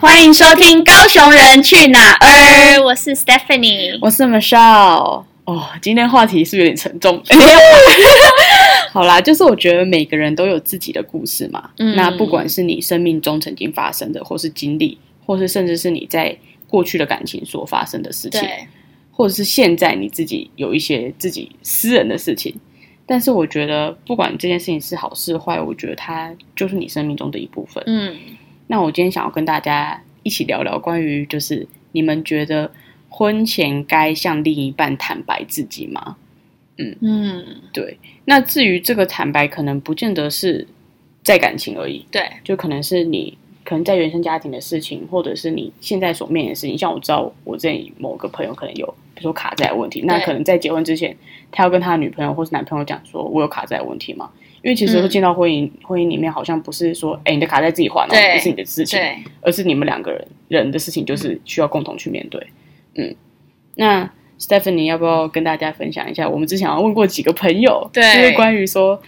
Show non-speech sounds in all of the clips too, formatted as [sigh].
欢迎收听《高雄人去哪儿》，呃，我是 Stephanie，我是 Michelle。哦，今天话题是有点沉重。 [laughs] 好啦，就是我觉得每个人都有自己的故事嘛。嗯那不管是你生命中曾经发生的，或是经历，或是甚至是你在过去的感情所发生的事情，对，或者是现在你自己有一些自己私人的事情。但是我觉得，不管这件事情是好是坏，我觉得它就是你生命中的一部分。嗯，那我今天想要跟大家一起聊聊关于，就是你们觉得婚前该向另一半坦白自己吗？嗯，对，那至于这个坦白，可能不见得是在感情而已，对，就可能是你可能在原生家庭的事情，或者是你现在所面临的事情。像我知道我之前某个朋友可能有，比如说卡债的问题，那对可能在结婚之前，他要跟他女朋友或是男朋友讲说，我有卡债的问题嘛。因为其实嗯会进到婚姻、婚姻里面，好像不是说，哎、你的卡债自己还哦，对这是你的事情，对，而是你们两个人人的事情，就是需要共同去面对。嗯，那 Stephanie 要不要跟大家分享一下？我们之前好像问过几个朋友，对就是关于说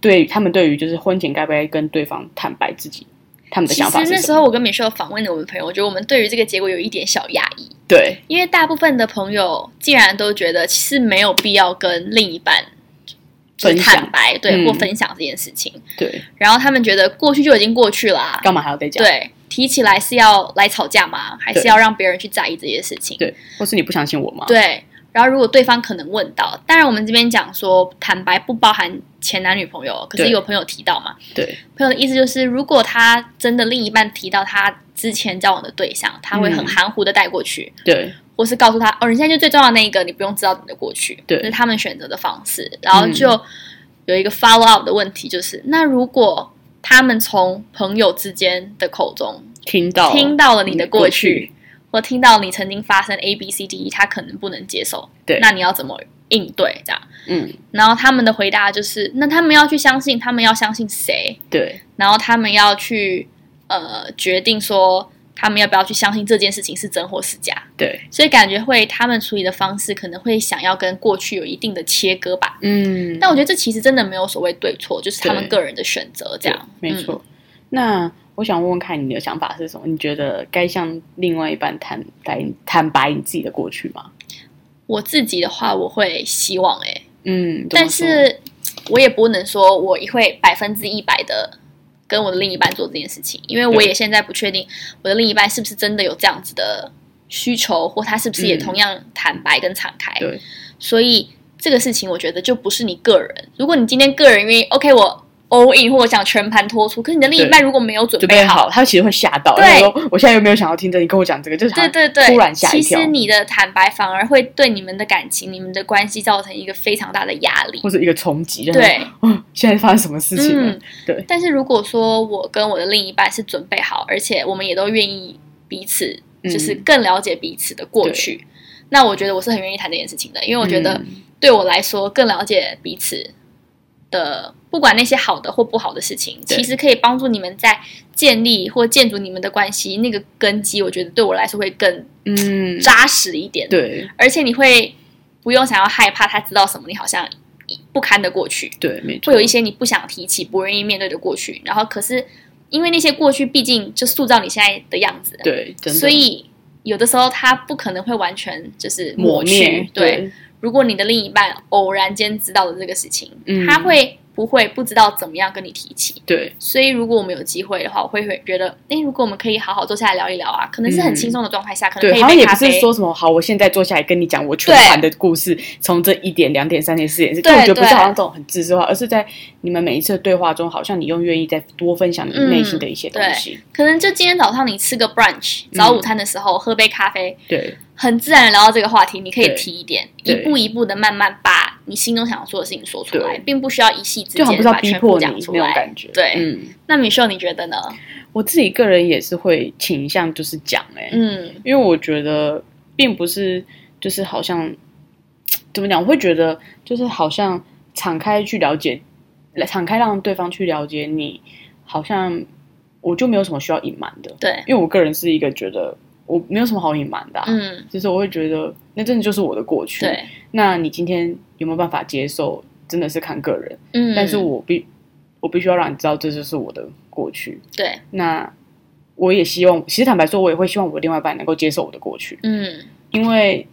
对他们对于就是婚前该不该跟对方坦白自己他们的其想实法是什么？那时候我跟美秀访问的我们朋友，我觉得我们对于这个结果有一点小压抑，对因为大部分的朋友竟然都觉得其实没有必要跟另一半就是分享坦白，对，嗯或分享这件事情，对，然后他们觉得过去就已经过去啦，干嘛还要再讲？对，提起来是要来吵架吗？还是对要让别人去在意这些事情？对或是你不相信我吗？对，然后如果对方可能问到，当然我们这边讲说坦白不包含前男女朋友，可是对有朋友提到嘛，对朋友的意思就是，如果他真的另一半提到他之前交往的对象，他会很嗯含糊的带过去，对或是告诉他哦，你现在就最重要的那一个，你不用知道你的过去，对嗯这是他们选择的方式。然后就有一个 follow up 的问题，就是、那如果他们从朋友之间的口中听到听到了你的过去，你或听到你曾经发生 A B C D E，他可能不能接受，对那你要怎么应对？这样，嗯，然后他们的回答就是，那他们要去相信，他们要相信谁？对然后他们要去呃决定说，他们要不要去相信这件事情是真或是假。对，所以感觉会他们处理的方式可能会想要跟过去有一定的切割吧。嗯，但我觉得这其实真的没有所谓对错，就是他们对个人的选择这样。嗯对没错。那我想问问看你的想法是什么？你觉得该向另外一半坦白坦白你自己的过去吗？我自己的话，我会希望哎、嗯，怎么但说是我也不能说我会百分之一百的跟我的另一半做这件事情，因为我对也现在不确定我的另一半是不是真的有这样子的需求，或他是不是也嗯同样坦白跟敞开。对所以这个事情我觉得就不是你个人。如果你今天个人愿意，OK，我 all in 或我想全盘托出，可是你的另一半如果没有准准备备好，他其实会吓到，对他说我现在又没有想要听这，你跟我讲这个，就是好对像对对，突然吓一其跳实，你的坦白反而会对你们的感情、你们的关系造成一个非常大的压力或。者一个冲击，就是对，哦， [laughs] 现在发生什么事情了？嗯，对。但是如果说我跟我的另一半是准备好，而且我们也都愿意彼此，嗯就是更了解彼此的过去，那我觉得我是很愿意谈这件事情的，因为我觉得嗯对我来说，更了解彼此的，不管那些好的或不好的事情，对其实可以帮助你们在建立或建筑你们的关系那个根基。我觉得对我来说会更嗯，扎实一点，，对而且你会不用想要害怕他知道什么，你好像不堪得过去，对，没错，会有一些你不想提起、不愿意面对的过去，然后可是因为那些过去，毕竟就塑造你现在的样子，，对，真的所以。有的时候，它不可能会完全就是抹去，灭，对，对如果你的另一半偶然间知道了这个事情，嗯他会不会不知道怎么样跟你提起？对所以，如果我们有机会的话，我会会觉得，哎，如果我们可以好好坐下来聊一聊啊，可能是很嗯轻松的状态下，可能可对，以好像杯也不咖是啡。说什么好，我现在坐下来跟你讲我全对盘的故事，从这一点、两点、三点、四点，就对我觉得不是对好像这种很知识化，而是在你们每一次的对话中，好像你又愿意再多分享你嗯内心的一些东西，可能就今天早上你吃个 brunch，早嗯午餐的时候、喝杯咖啡，对很自然的聊到这个话题，你可以对提一点，一对步一步的慢慢把你心中想说的事情说出来，对并不需要一夕之就好间像不是要把逼全部迫你讲那出种来。感觉，对嗯。那米秀，你觉得呢？我自己个人也是会倾向就是讲哎、嗯，因为我觉得并不是就是好像怎么讲，我会觉得就是好像敞开去了解，敞开让对方去了解你，好像我就没有什么需要隐瞒的，对，因为我个人是一个觉得我没有什么好隐瞒的、啊，，嗯，就是我会觉得那真的就是我的过去，对，那你今天有没有办法接受，真的是看个人，嗯，但是我必我必须要让你知道这就是我的过去，对，那我也希望，其实坦白说，我也会希望我另外一半能够接受我的过去，嗯，因为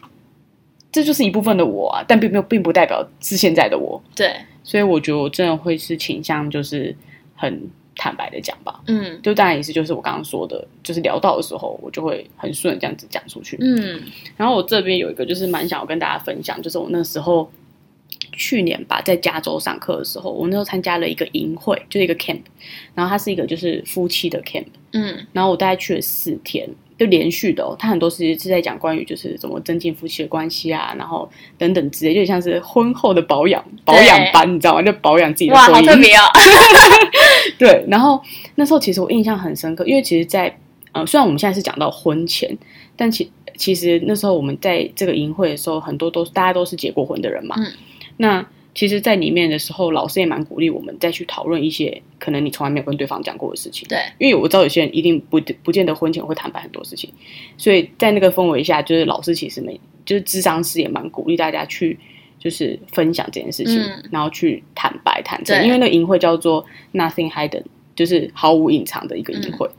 这就是一部分的我啊，但并没有，并不代表是现在的我。对，所以我觉得我真的会是倾向就是很坦白的讲吧，嗯就当然也是就是我刚刚说的，就是聊到的时候，我就会很顺地这样子讲出去。嗯然后我这边有一个就是蛮想要跟大家分享，就是我那时候去年吧，在加州上课的时候，我那时候参加了一个营会，就是一个 camp，然后它是一个就是夫妻的 camp，嗯然后我大概去了四天，就连续的、哦，它很多时是在讲关于就是怎么增进夫妻的关系啊，然后等等之类，就像是婚后的保养保养班，你知道吗？就保养自己的哇，婚姻，好特别 [laughs] 哦，对，然后那时候其实我印象很深刻，因为其实在，呃，虽然我们现在是讲到婚前，但其其实那时候我们在这个营会的时候，很多都大家都是结过婚的人嘛。嗯。那其实，在里面的时候，老师也蛮鼓励我们再去讨论一些可能你从来没有跟对方讲过的事情。对，因为我知道有些人一定不不见得婚前会坦白很多事情，所以在那个氛围下，就是老师其实没，就是智商师也蛮鼓励大家去就是分享这件事情，嗯然后去坦白坦诚，对因为那个营会叫做 Nothing Hidden，就是毫无隐藏的一个嗯营会。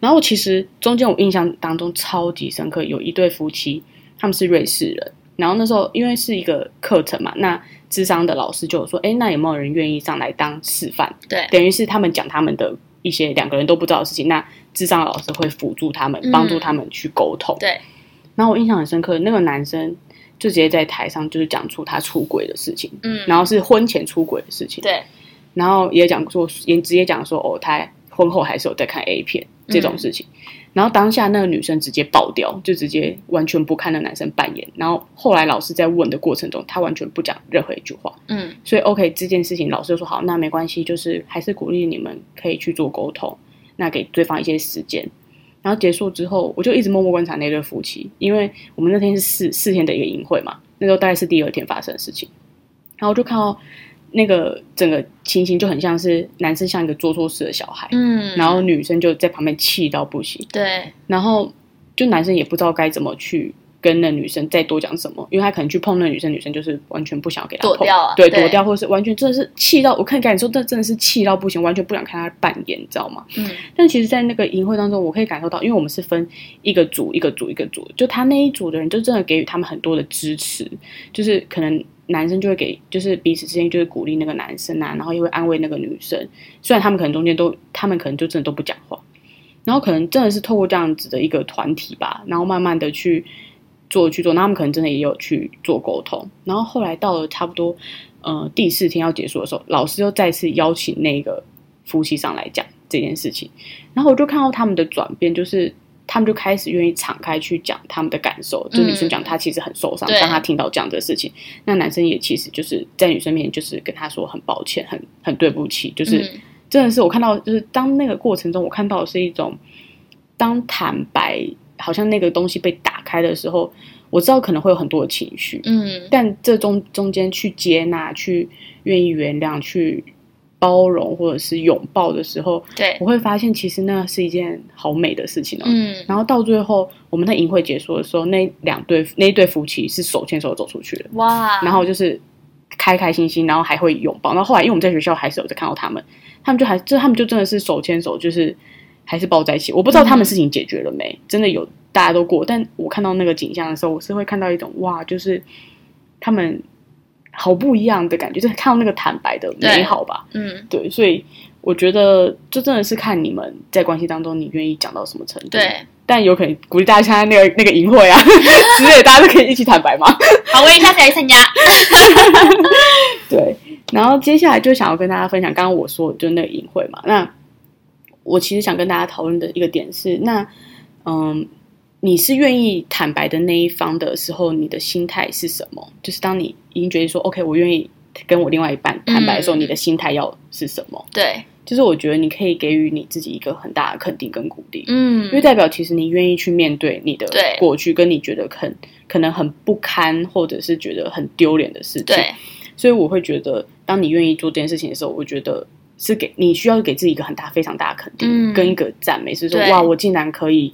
然后其实中间我印象当中超级深刻，有一对夫妻，他们是瑞士人。然后那时候因为是一个课程嘛，那智商的老师就有说，哎，那有没有人愿意上来当示范？对，等于是他们讲他们的一些两个人都不知道的事情，那智商老师会辅助他们，嗯帮助他们去沟通。对。然后我印象很深刻，那个男生就直接在台上就是讲出他出轨的事情，嗯，然后是婚前出轨的事情，，对，然后也讲说，也直接讲说，哦，他婚后还是有在看 A 片嗯这种事情。然后当下那个女生直接爆掉，就直接完全不看那男生扮演。然后后来老师在问的过程中，他完全不讲任何一句话。嗯所以 OK 这件事情，老师就说好，那没关系，就是还是鼓励你们可以去做沟通，那给对方一些时间。然后结束之后，我就一直默默观察那对夫妻，因为我们那天是四四天的一个营会嘛，那时候大概是第二天发生的事情。然后我就看到那个整个情形就很像是男生像一个做错事的小孩，嗯，然后女生就在旁边气到不行，对，然后就男生也不知道该怎么去跟那女生再多讲什么，因为他可能去碰那女生，女生就是完全不想给他碰躲掉啊对，对躲掉，或是完全真的是气到，我看感受，这真的是气到不行，完全不想看他扮演，你知道吗？嗯但其实，在那个营会当中，我可以感受到，因为我们是分一个组、一个组、一个组，就他那一组的人就真的给予他们很多的支持，就是可能男生就会给，就是彼此之间就是鼓励那个男生啊，然后也会安慰那个女生，虽然他们可能中间都，他们可能就真的都不讲话，然后可能真的是透过这样子的一个团体吧，然后慢慢的去做去做，那他们可能真的也有去做沟通，然后后来到了差不多呃第四天要结束的时候，老师又再次邀请那个夫妻上来讲这件事情，然后我就看到他们的转变，就是。他们就开始愿意敞开去讲他们的感受，就女生讲她其实很受伤，对当她听到这样的事情，那男生也其实就是在女生面前就是跟她说很抱歉，很很对不起，就是、嗯真的是我看到，就是当那个过程中，我看到的是一种，当坦白好像那个东西被打开的时候，我知道可能会有很多的情绪，嗯，但这中中间去接纳、去愿意原谅、去包容或者是拥抱的时候，对，我会发现其实那是一件好美的事情哦。嗯然后到最后，我们在营会结束的时候，那两对那一对夫妻是手牵手走出去的。哇，然后就是开开心心，然后还会拥抱。然后后来，因为我们在学校还是有在看到他们，他们就还就他们就真的是手牵手，就是还是抱在一起。我不知道他们事情解决了没，真的有大家都过。但我看到那个景象的时候，我是会看到一种哇，就是他们好不一样的感觉，就是看到那个坦白的美好吧。嗯对，所以我觉得这真的是看你们在关系当中，你愿意讲到什么程度。对，但有可能鼓励大家参加那个那个营会啊之类的，大家都可以一起坦白嘛。好，我也下次来参加，对，然后接下来就想要跟大家分享，刚刚我说的就是那个隐晦嘛。那我其实想跟大家讨论的一个点是，那嗯，你是愿意坦白的那一方的时候，你的心态是什么？就是当你已经决定说 “OK，我愿意跟我另外一半坦白”的时候，嗯你的心态要是什么？对，就是我觉得你可以给予你自己一个很大的肯定跟鼓励，嗯因为代表其实你愿意去面对你的对过去，跟你觉得很可能很不堪，或者是觉得很丢脸的事情。对，所以我会觉得，当你愿意做这件事情的时候，我觉得是给你需要给自己一个很大、非常大的肯定，嗯跟一个赞美，是说对哇，我竟然可以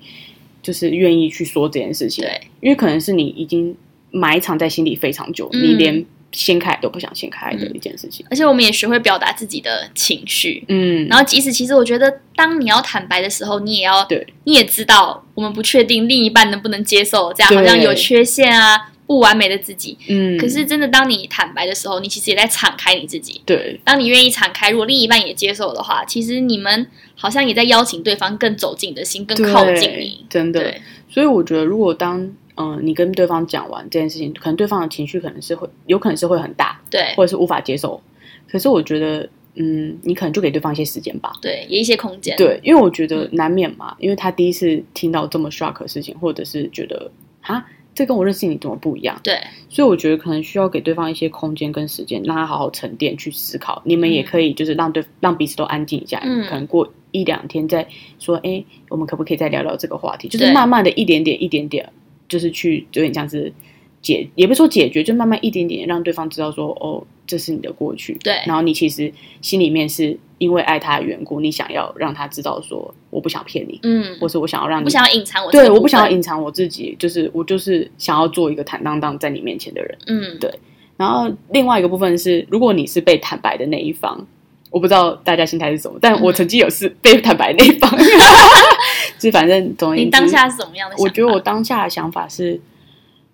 就是愿意去说这件事情。对，因为可能是你已经埋藏在心里非常久，嗯你连掀开都不想掀开的一件事情。而且我们也学会表达自己的情绪。嗯，然后，即使其实我觉得，当你要坦白的时候，你也要，对，你也知道，我们不确定另一半能不能接受，这样对好像有缺陷啊，不完美的自己。嗯，可是真的，当你坦白的时候，你其实也在敞开你自己。对当你愿意敞开，如果另一半也接受的话，其实你们好像也在邀请对方更走近你的心，更靠近你。对真的，对，所以我觉得，如果当嗯、呃你跟对方讲完这件事情，可能对方的情绪可能是会，有可能是会很大，对，或者是无法接受。可是我觉得，嗯，你可能就给对方一些时间吧。对，也一些空间。，对，因为我觉得难免嘛，因为他第一次听到这么 shock 的事情，或者是觉得啊，这跟我认识你怎么不一样？对，所以我觉得可能需要给对方一些空间跟时间，让他好好沉淀去思考。你们也可以就是让对、让彼此都安静一下，嗯可能过一两天再说，哎，我们可不可以再聊聊这个话题？就对是慢慢的一点点一点点，就是去有点像是解，也不是说解决，就慢慢一点点让对方知道说，哦，这是你的过去，对然后你其实心里面是因为爱他的缘故，你想要让他知道说，我不想骗你，嗯，或是我想要让我你不想要隐藏我这个对，我部不想要分，隐藏我自己，就是我就是想要做一个坦荡荡在你面前的人。嗯，对然后另外一个部分是，如果你是被坦白的那一方，我不知道大家心态是什么，但我曾经有是被坦白的那一方， [laughs] 就是反正总而言之你当下是怎么样的想法？我觉得我当下的想法是，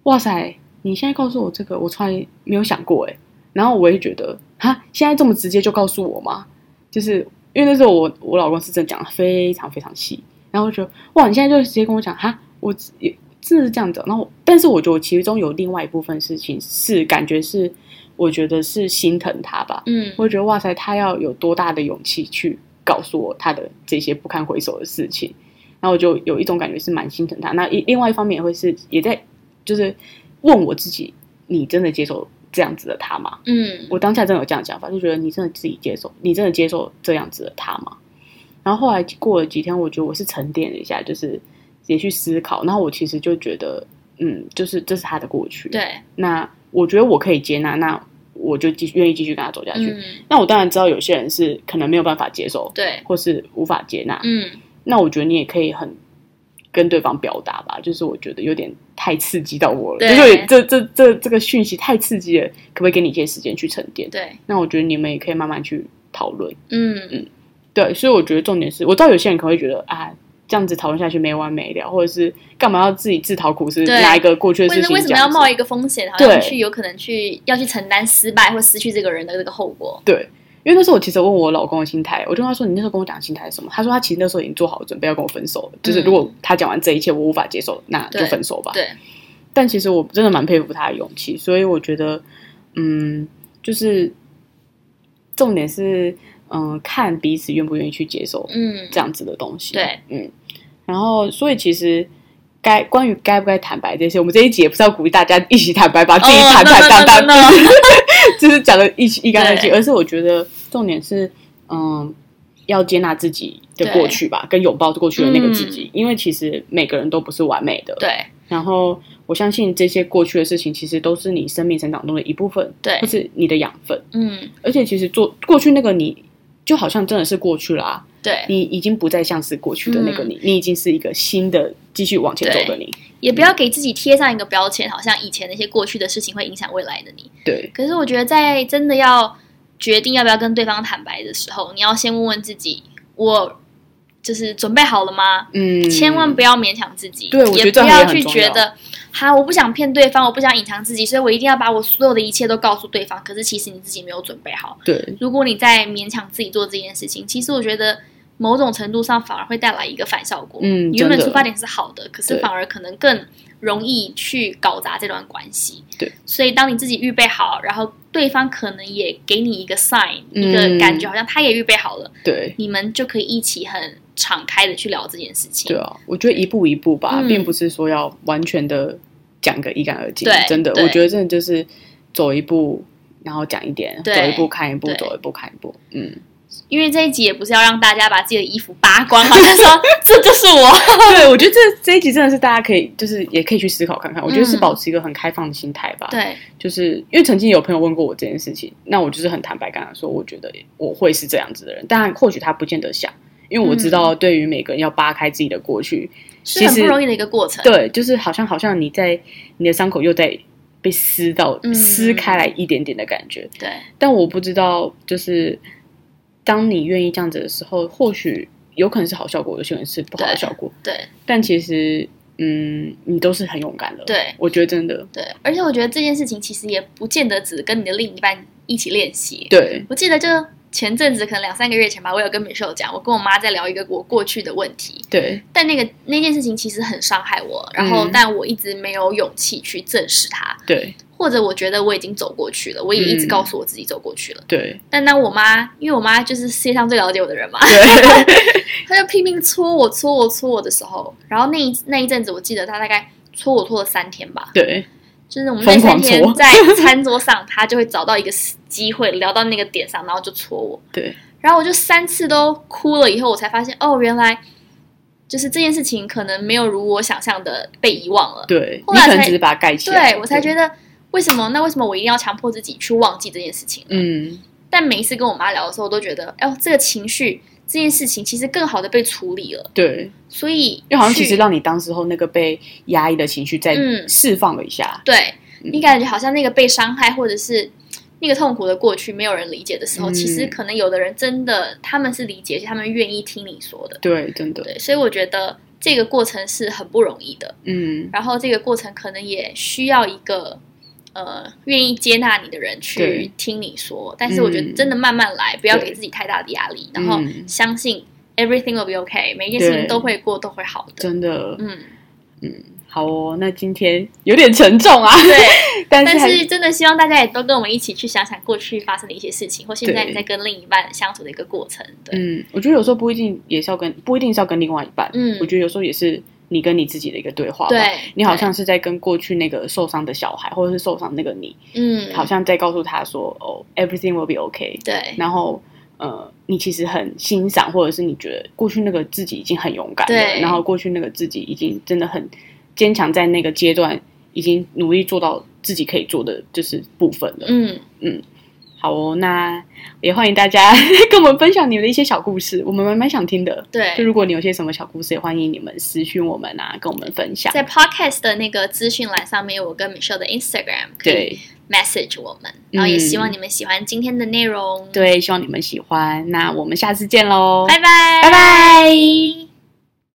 哇塞，你现在告诉我这个，我从来没有想过哎。然后我也觉得，哈，现在这么直接就告诉我吗？就是因为那时候我我老公是真的讲的非常非常细，然后我就觉得哇，你现在就直接跟我讲哈，我也真的是这样子哦。然后，但是我觉得我其中有另外一部分事情是感觉是，我觉得是心疼他吧，嗯，我觉得哇塞，他要有多大的勇气去告诉我他的这些不堪回首的事情，然后我就有一种感觉是蛮心疼他。那一另外一方面也会是也在就是问我自己，你真的接受这样子的他吗？嗯，我当下真的有这样想法，就觉得你真的自己接受，你真的接受这样子的他吗？然后后来过了几天，我觉得我是沉淀了一下，就是也去思考，然后我其实就觉得，嗯，就是这是他的过去，，对，那我觉得我可以接纳，那我就继续愿意继续跟他走下去。嗯，那我当然知道有些人是可能没有办法接受，对，或是无法接纳。嗯，那我觉得你也可以很跟对方表达吧，就是我觉得有点太刺激到我了，对就是有点这这这这个讯息太刺激了，可不可以给你一些时间去沉淀？对，那我觉得你们也可以慢慢去讨论。嗯，对，所以我觉得重点是，我知道有些人可能会觉得啊。这样子讨论下去没完没了，或者是干嘛要自己自讨苦吃？对拿一个过去的为事什情为什么要冒一一个风险，好像对去有可能去要去承担失败或失去这个人的这个后果？对，因为那时候我其实问我老公的心态，我就跟他说：“你那时候跟我讲的心态是什么？”他说：“他其实那时候已经做好准备要跟我分手了，就是如果他讲完这一切我无法接受，那嗯就对分手吧。对，”但其实我真的蛮佩服他的勇气，所以我觉得，嗯，就是重点是，嗯、看彼此愿不愿意去接受嗯，这样子的东西。对，嗯，然后所以其实。该关于该不该坦白这些，我们这一集也不是要鼓励大家一起坦白，把自己哦坦坦荡荡， no, no, no, [laughs] no, no 就是讲的一一干二净，对而是我觉得重点是，嗯，要接纳自己的过去吧，跟拥抱过去的那个自己，因为其实每个人都不是完美的。，嗯对，然后我相信这些过去的事情，其实都是你生命成长中的一部分，对或是你的养分。嗯，而且其实做过去那个你，就好像真的是过去啦、对，嗯你已经不再像是过去的那个你，你已经是一个新的继续往前走的你。也不要给自己贴上一个标签，好像以前那些过去的事情会影响未来的你。对，可是我觉得，在真的要决定要不要跟对方坦白的时候，你要先问问自己，我就是准备好了吗？嗯，千万不要勉强自己，对我也觉得不这样也要很去重觉要得，哈，我不想骗对方，我不想隐藏自己，所以我一定要把我所有的一切都告诉对方。可是其实你自己没有准备好。对，如果你在勉强自己做这件事情，其实我觉得某种程度上反而会带来一个反效果。嗯你原本真的出发点是好的，可是对反而可能更容易去搞砸这段关系。对，所以当你自己预备好，然后对方可能也给你一个 sign，、一嗯个感觉好像他也预备好了，对。你们就可以一起很敞开的去聊这件事情。对啊，我觉得一步一步吧，嗯并不是说要完全的讲个一干二净对。真的，对我觉得真的就是走一步，然后讲一点，走对一步看一步对，走一步看一步。 [laughs] 嗯，因为这一集也不是要让大家把自己的衣服扒光， [laughs] 好像说这就是我。 [laughs] 对，我觉得这这一集真的是大家可以，就是也可以去思考看看。我觉得是保持一个很开放的心态吧。，嗯对就是因为曾经有朋友问过我这件事情，那我就是很坦白跟他说，我觉得我会是这样子的人，但或许他不见得想，因为我嗯知道对于每个人要扒开自己的过去，是很其不实容易的一个过程。对，就是好像好像你在你的伤口又在被撕到、嗯撕开来一点点的感觉。对，但我不知道，就是当你愿意这样子的时候，或许有可能是好效果，有些人是不好的对效果。对但其实，嗯，你都是很勇敢的。对，我觉得真的，对，而且我觉得这件事情其实也不见得只跟你的另一半一起练习。对，我记得就前阵子，可能两三个月前吧，我有跟米秀讲，我跟我妈在聊一个我过去的问题，对，但那个那件事情其实很伤害我，然后嗯但我一直没有勇气去正视它，对，或者我觉得我已经走过去了，我也一直嗯告诉我自己走过去了。 [laughs] 对，但当我妈，因为我妈就是世界上最了解我的人嘛，对，她就拼命搓我、搓我、搓我的时候，然后那一那一阵子，我记得她大概搓我搓了三天吧，对，就是我们那三疯天 [laughs] 狂搓在餐桌上，她就会找到一个机会聊到那个点上，然后就搓我， [laughs] 对，然后我就三次都哭了，以后我才发现，哦，原来就是这件事情可能没有如我想象的被遗忘了，对，后你来可能才只是把它盖起来。对我才觉得为什么？那为什么我一定要强迫自己去忘记这件事情？对，嗯，但每一次跟我妈聊的时候，我都觉得，哎呦，这个情绪这件事情其实更好的被处理了，对，所以因为好像其去实让你当时候那个被压抑的情绪再嗯释放了一下。对嗯你感觉好像那个被伤害或者是那个痛苦的过去没有人理解的时候，嗯其实可能有的人真的他们是理解，他们愿意听你说的，对，真的，对，所以我觉得这个过程是很不容易的，嗯，然后这个过程可能也需要一个。呃，愿意接纳你的人去对听你说，但是我觉得真的慢慢来，不要给自己太大的压力，然后嗯相信 everything will be okay，每一件事情对都会过，都会好的。真的，嗯，好哦。那今天有点沉重啊，对。 [laughs] 但是但还是真的希望大家也都跟我们一起去想想过去发生的一些事情，或现在对你在跟另一半相处的一个过程。对，嗯，我觉得有时候不一定也是要跟不一定是要跟另外一半，嗯我觉得有时候也是你跟你自己的一个对话吧。对，你好像是在跟过去那个受伤的小孩，或者是受伤那个你，对嗯，好像在告诉他说：“哦，everything will be okay。”对然后呃，你其实很欣赏，或者是你觉得过去那个自己已经很勇敢了，对然后过去那个自己已经真的很坚强，在那个阶段已经努力做到自己可以做的就是部分了。嗯，好哦，那也欢迎大家 [laughs] 跟我们分享你们的一些小故事，我们蛮蛮想听的。就对。如果你有些什么小故事，也欢迎你们私讯我们啊，跟我们分享。在 podcast 的那个资讯栏上面，有我跟 Michelle 的 Instagram 可以对 message 我们，然后也嗯希望你们喜欢今天的内容。，对，希望你们喜欢。那我们下次见喽，拜拜，拜拜